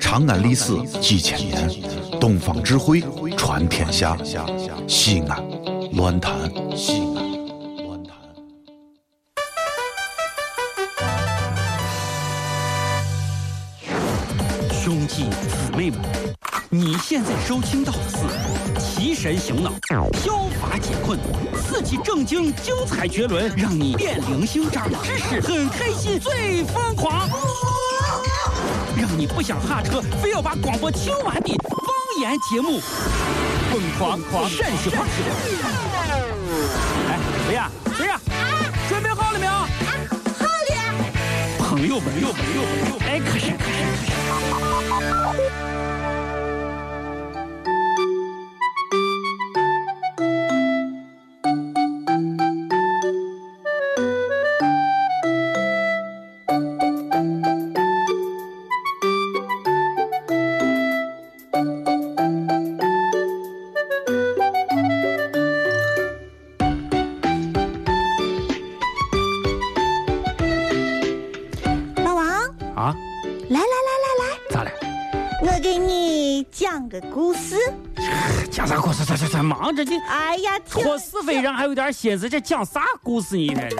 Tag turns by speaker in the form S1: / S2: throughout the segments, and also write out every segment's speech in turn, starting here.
S1: 长安历史几千年，东方智慧传天下。西安，乱谈西安，乱谈。
S2: 兄弟姊妹们，你现在收听到的是提神醒脑、消乏解困、刺激正经、精彩绝伦，让你变零星、长知识、很开心、最疯狂，让你不想下车，非要把广播听完的方言节目，疯狂狂陕西话。哎，谁呀？谁呀？准备好了没有？朋友们，朋友们，朋友们，朋友们哎，可是可是。
S3: 老王，
S2: 啊，
S3: 来来来来
S2: 咋了？
S3: 来，我给你讲个故事。
S2: 讲啥故事？咱咱咱忙着这
S3: 哎呀，哎听
S2: 拖是非让还有点心思，这讲啥故事呢？这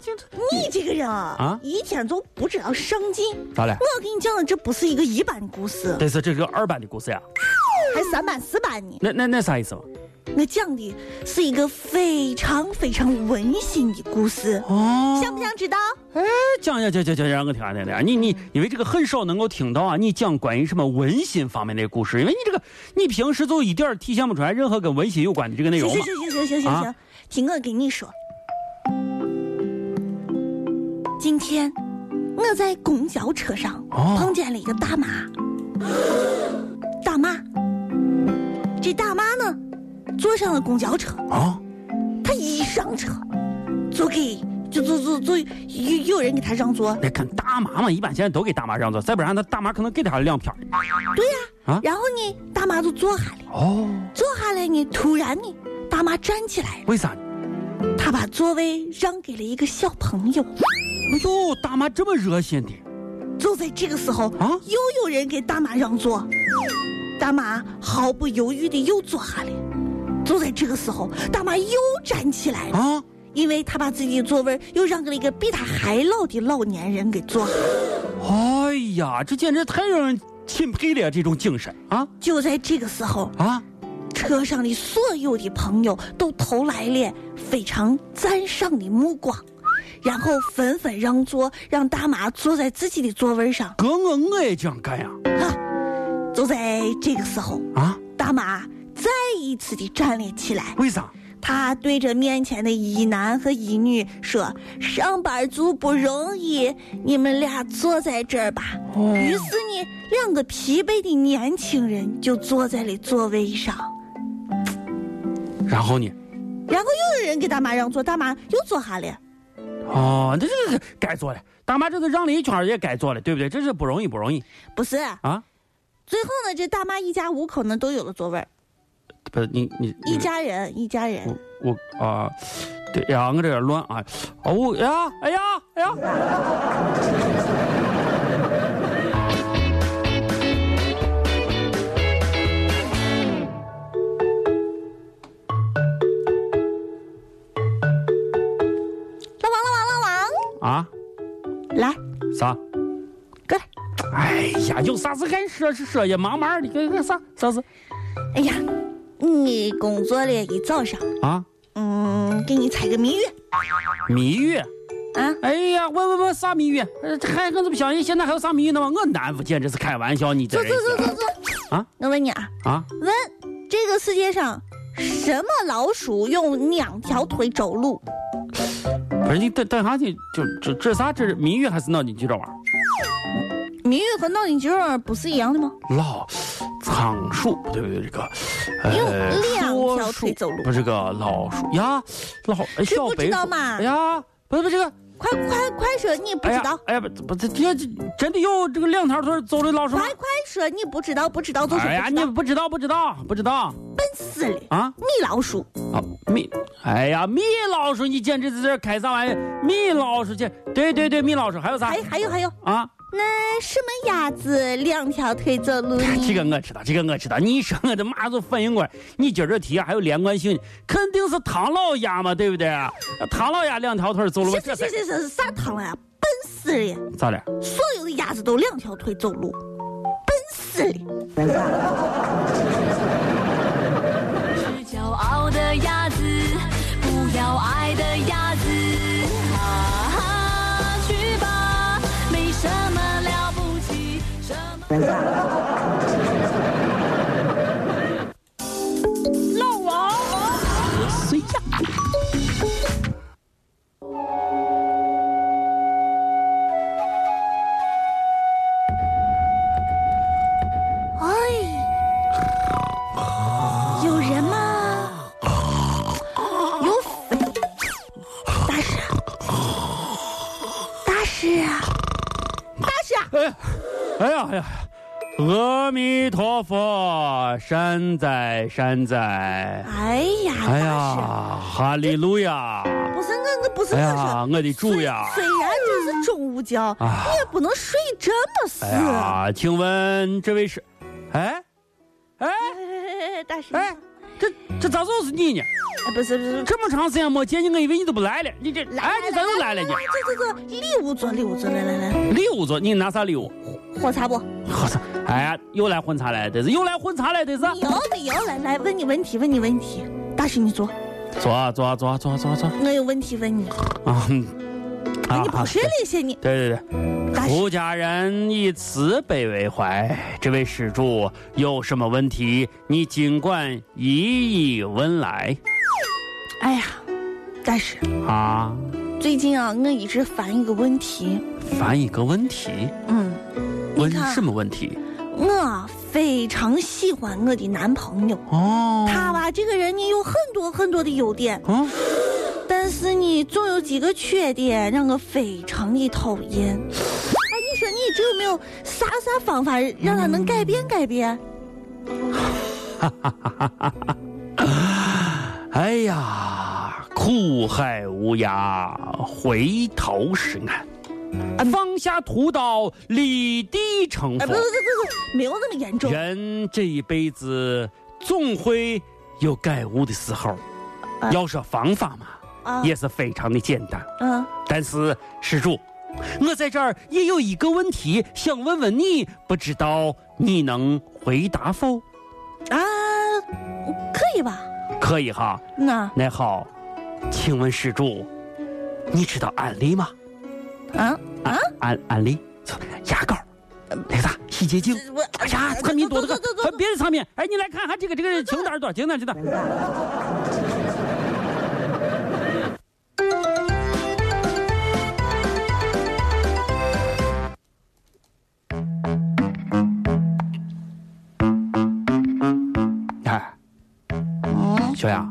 S2: 这
S3: 你这个人
S2: 啊
S3: 啊，一天就不知道上进。
S2: 咋了？
S3: 我给你讲的这不是一个一般故事，
S2: 这是这个二班的故事呀？
S3: 还三班四班呢。
S2: 那那那啥意思嘛？
S3: 我讲的是一个非常非常温馨的故事，
S2: 哦，
S3: 想不想知道？
S2: 讲讲讲讲讲，让我听下听听。你你因为这个很少能够听到啊，你讲关于什么温馨方面的故事，因为你这个你平时就一点儿体现不出来任何跟温馨有关的这个内
S3: 行
S2: 容
S3: 行
S2: 嘛。
S3: 行行行行行
S2: 啊
S3: 行，听我给你说。今天我在公交车上
S2: 哦
S3: 碰见了一个大妈， 大妈，这大妈呢坐上了公交车，
S2: 啊，
S3: 她一上车就给就就就就有有人给她让座，
S2: 那看大妈嘛，一般现在都给大妈让座，再不然那大妈可能给她两票。啊
S3: 然后呢大妈就坐下了，
S2: 哦，
S3: 坐下来呢突然呢大妈站起来了，
S2: 为啥呢？
S3: 她把座位让给了一个小朋友。
S2: 哎呦，大妈这么热心的
S3: 就在这个时候
S2: 啊
S3: 又有人给大妈让座，大妈毫不犹豫的又坐下了。就在这个时候，大妈又站起来了，
S2: 啊！
S3: 因为她把自己的座位又让给了一个比她还老的老年人给坐下了。
S2: 哎呀，这简直太让人钦佩了，这种精神啊
S3: 就在这个时候，
S2: 啊！
S3: 车上的所有的朋友都投来了非常赞赏的目光，然后纷纷让座，让大妈坐在自己的座位上。
S2: 哥我我也这样干呀
S3: 就在这个时候，
S2: 啊！
S3: 大妈再一次的站了起来。
S2: 为啥？
S3: 他对着面前的一男和一女说：“上班族不容易，你们俩坐在这儿吧。
S2: 哦
S3: 于是呢，两个疲惫的年轻人就坐在了座位上。
S2: 然后呢？
S3: 然后又有人给大妈让座，大妈又坐下了。
S2: 哦，那这这该做了，大妈这都让了一圈儿也该做了，对不对？这是不容易，不容易
S3: 不是，
S2: 啊！
S3: 最后呢，这大妈一家五口呢都有了座位儿，
S2: 不是你你
S3: 一家人一家人。
S2: 我我啊、对呀，我这有点乱啊！哦我呀，哎呀，哎呀！
S3: 老王，老王，老
S2: 啊
S3: 王，来，
S2: 啥？
S3: 过来。
S2: 哎呀，有啥事还说是说呀，忙忙的，个个啥啥事
S3: 哎呀，你工作了一早上，
S2: 啊？
S3: 嗯，给你猜个谜语
S2: 蜜月。
S3: 啊。”
S2: 哎呀，我我我啥谜语？呃，这还我怎么相信现在还有啥谜语呢吗？我难不简直是开玩笑，你这
S3: 坐
S2: 人
S3: 坐坐
S2: 是
S3: 坐坐
S2: 啊！
S3: 我问你啊，
S2: 啊！
S3: 问这个世界上什么老鼠用两条腿走路？
S2: 不是你等等下去，就这这啥这是谜语还是脑筋急转弯？
S3: 谜语和闹筋急转弯不是一样的吗？
S2: 老仓鼠不对不对，这个呃，
S3: 用两
S2: 说
S3: 条腿
S2: 鼠
S3: 走路
S2: 不是个老鼠呀，老哎
S3: 知
S2: 小
S3: 不
S2: 白
S3: 知道
S2: 鼠
S3: 嘛
S2: 哎呀，不是不是这个，
S3: 快快快说你不
S2: 哎
S3: 知
S2: 呀
S3: 道！
S2: 哎呀不不这这这真的有这个两条腿走的老鼠吗？
S3: 快快说你不知道，不知道就是
S2: 嗯
S3: 不
S2: 哎
S3: 知
S2: 呀，
S3: 道，
S2: 你不知道不知道不知道
S3: 笨死了！
S2: 啊！
S3: 米老鼠，
S2: 啊，米，哎呀，米老鼠，你简直在这儿开啥玩意儿？米老鼠去，对对对，米老鼠，还有啥
S3: 还还有还有，
S2: 啊？
S3: 那什么鸭子两条腿走路
S2: 哎这
S3: 呢？
S2: 个我知道，这个我知道。你说我的妈就反应过来，你今儿这题啊还有连贯性，肯定是唐老鸭嘛，对不对？唐老鸭两条腿走路，
S3: 行
S2: 这
S3: 行
S2: 才
S3: 行行行，啥汤了呀？笨死了！
S2: 咋了？
S3: 所有的鸭子都两条腿走路，笨死了！
S4: 是骄傲的鸭子，不要爱的鸭子，啊，去吧，没什么了不起，什么？老王，
S2: 谁呀？
S3: 哎，有人吗？有死，大师，大师，啊 大师，啊
S2: 哎呀哎呀！阿弥陀佛，善哉善哉！
S3: 哎呀，
S2: 哎
S3: 大
S2: 呀，哈利路亚！
S3: 师，不是我，我不是
S2: 哎
S3: 我
S2: 呀，
S3: 说。
S2: 我的主呀！
S3: 虽然这是中午觉，
S2: 啊
S3: 你也不能睡这么死。
S2: 哎呀，请问这位是？哎，哎
S3: 哎大师，
S2: 哎，这这咋就是你呢？
S3: 哎不是不是，
S2: 这么长时间没见你，我以为你都不来了。你这，哎，你咋又来了呢？
S3: 这这这礼物做礼物做，来来来，
S2: 礼物做，你拿啥礼物？
S3: 火茶不？
S2: 我操！哎呀，又来混茶来的是，又来混茶来的是。
S3: 有的有了，来问你问题，问你问题。大师，你坐，
S2: 坐啊坐啊坐啊坐啊坐啊坐啊
S3: 我有问题问你。
S2: 啊！嗯啊
S3: 哎你不是哎
S2: 啊
S3: 那些你，
S2: 对对对，
S3: 大师，
S2: 出家人以慈悲为怀。这位施主有什么问题，你尽管一一问来
S3: 哎呀，大师，
S2: 啊。
S3: 最近啊，我一直烦一个问题，
S2: 烦一个问题，
S3: 嗯，
S2: 问
S3: 你看
S2: 什么问题？
S3: 我啊非常喜欢我的男朋友，
S2: 哦，
S3: 他吧这个人呢有很多很多的优点，
S2: 嗯，
S3: 但是呢总有几个缺点让我非常的讨厌。哎，你说你这有没有啥啥方法让他能改变改变？
S2: 哎呀，苦海无涯，回头是岸。放下哎屠刀，立地成佛
S3: 哎，不不。不不，没有那么严重。
S2: 人这一辈子总会有改悟的时候。
S3: 啊
S2: 要说方法嘛，
S3: 啊，
S2: 也是非常的简单。
S3: 嗯，
S2: 但是施主，我在这儿也有一个问题想问问你，不知道你能回答否？
S3: 啊，可以吧？
S2: 可以哈。
S3: 那
S2: 那好，请问施主，你知道安利吗？
S3: 啊啊，
S2: 安安利，错牙膏，呃那个啥洗洁精。
S3: 我
S2: 哎呀，产品多的
S3: 走走
S2: 很，
S3: 走
S2: 还
S3: 走
S2: 别的产品。哎，你来看看这个这哎个清单儿多少？清单清单。哎，小雅，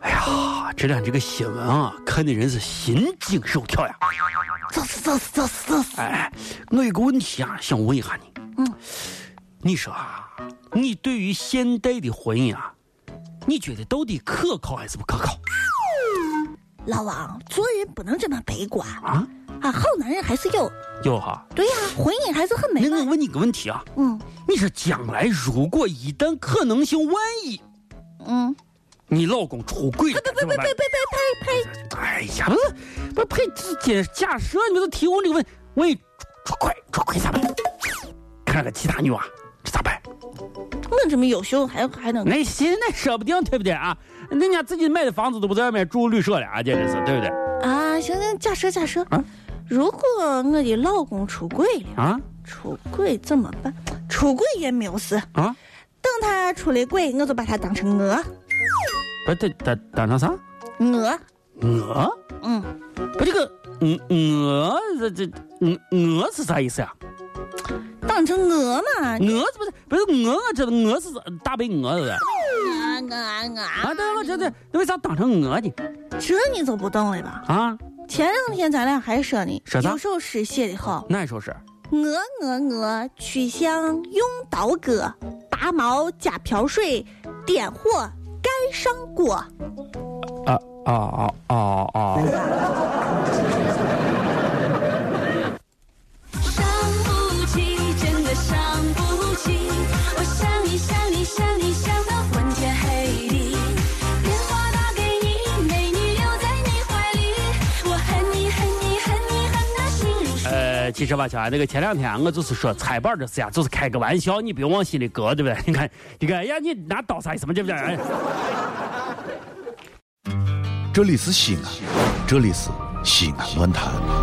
S2: 哎呀，这两这个新闻啊，看的人是心惊肉跳呀。
S3: 走走走走走，
S2: 哎，我有个问题啊，想问一下你。嗯，你说啊，你对于现代的婚姻啊，你觉得到底可靠还是不可靠
S3: 老王，做人不能这么悲观
S2: 啊？
S3: 啊！好男人还是有，
S2: 有哈、
S3: 对呀，婚姻还是很美
S2: 那我
S3: 满。
S2: 问你个问题啊，
S3: 嗯
S2: 你说将来如果一旦可能性，万一
S3: 嗯，
S2: 你老公出轨了
S3: 呸呸
S2: 怎么
S3: 呸呸
S2: 办
S3: 呸？呸呸呸！
S2: 哎呀，不是，不呸，这这假设你都提问这个问，万一出出轨出轨咋办？看看其他女娃，这咋办？
S3: 我这么优秀，还还能
S2: 那行，哎那说不定对不对啊？人家自己买的房子都不在外面住旅社了啊，这真是对不对
S3: 啊？行行，假设假设
S2: 啊，
S3: 如果我的老公出轨了，
S2: 啊？
S3: 出轨怎么办？出轨也没有事，
S2: 啊，
S3: 等他出了轨，我就把他当成我
S2: 不是打打打成啥？
S3: 我，
S2: 鹅？
S3: 嗯。
S2: 不这个嗯鹅这这嗯鹅是啥意思呀、
S3: 当成鹅嘛，
S2: 鹅是不是不是鹅？我知道鹅是大白鹅是吧？
S3: 鹅鹅
S2: 啊，
S3: 鹅，
S2: 对，我知道，那为啥当成鹅呢？
S3: 这你就不懂了吧？
S2: 啊，
S3: 前两天咱俩还说呢，
S2: 说啥
S3: 有首诗写的好：
S2: 那你说是？
S3: 鹅鹅鹅，曲项用刀割，拔毛加瓢水，点火盖上锅。
S2: 啊啊啊啊啊！呃其实吧，小孩那个前两天啊我就是说彩板这事呀，就是开个玩笑，你不用往心里搁，对不对？你看，你看，哎呀，你拿刀啥意思嘛，对不对？哎，
S1: 这里是西安，这里是西安论坛。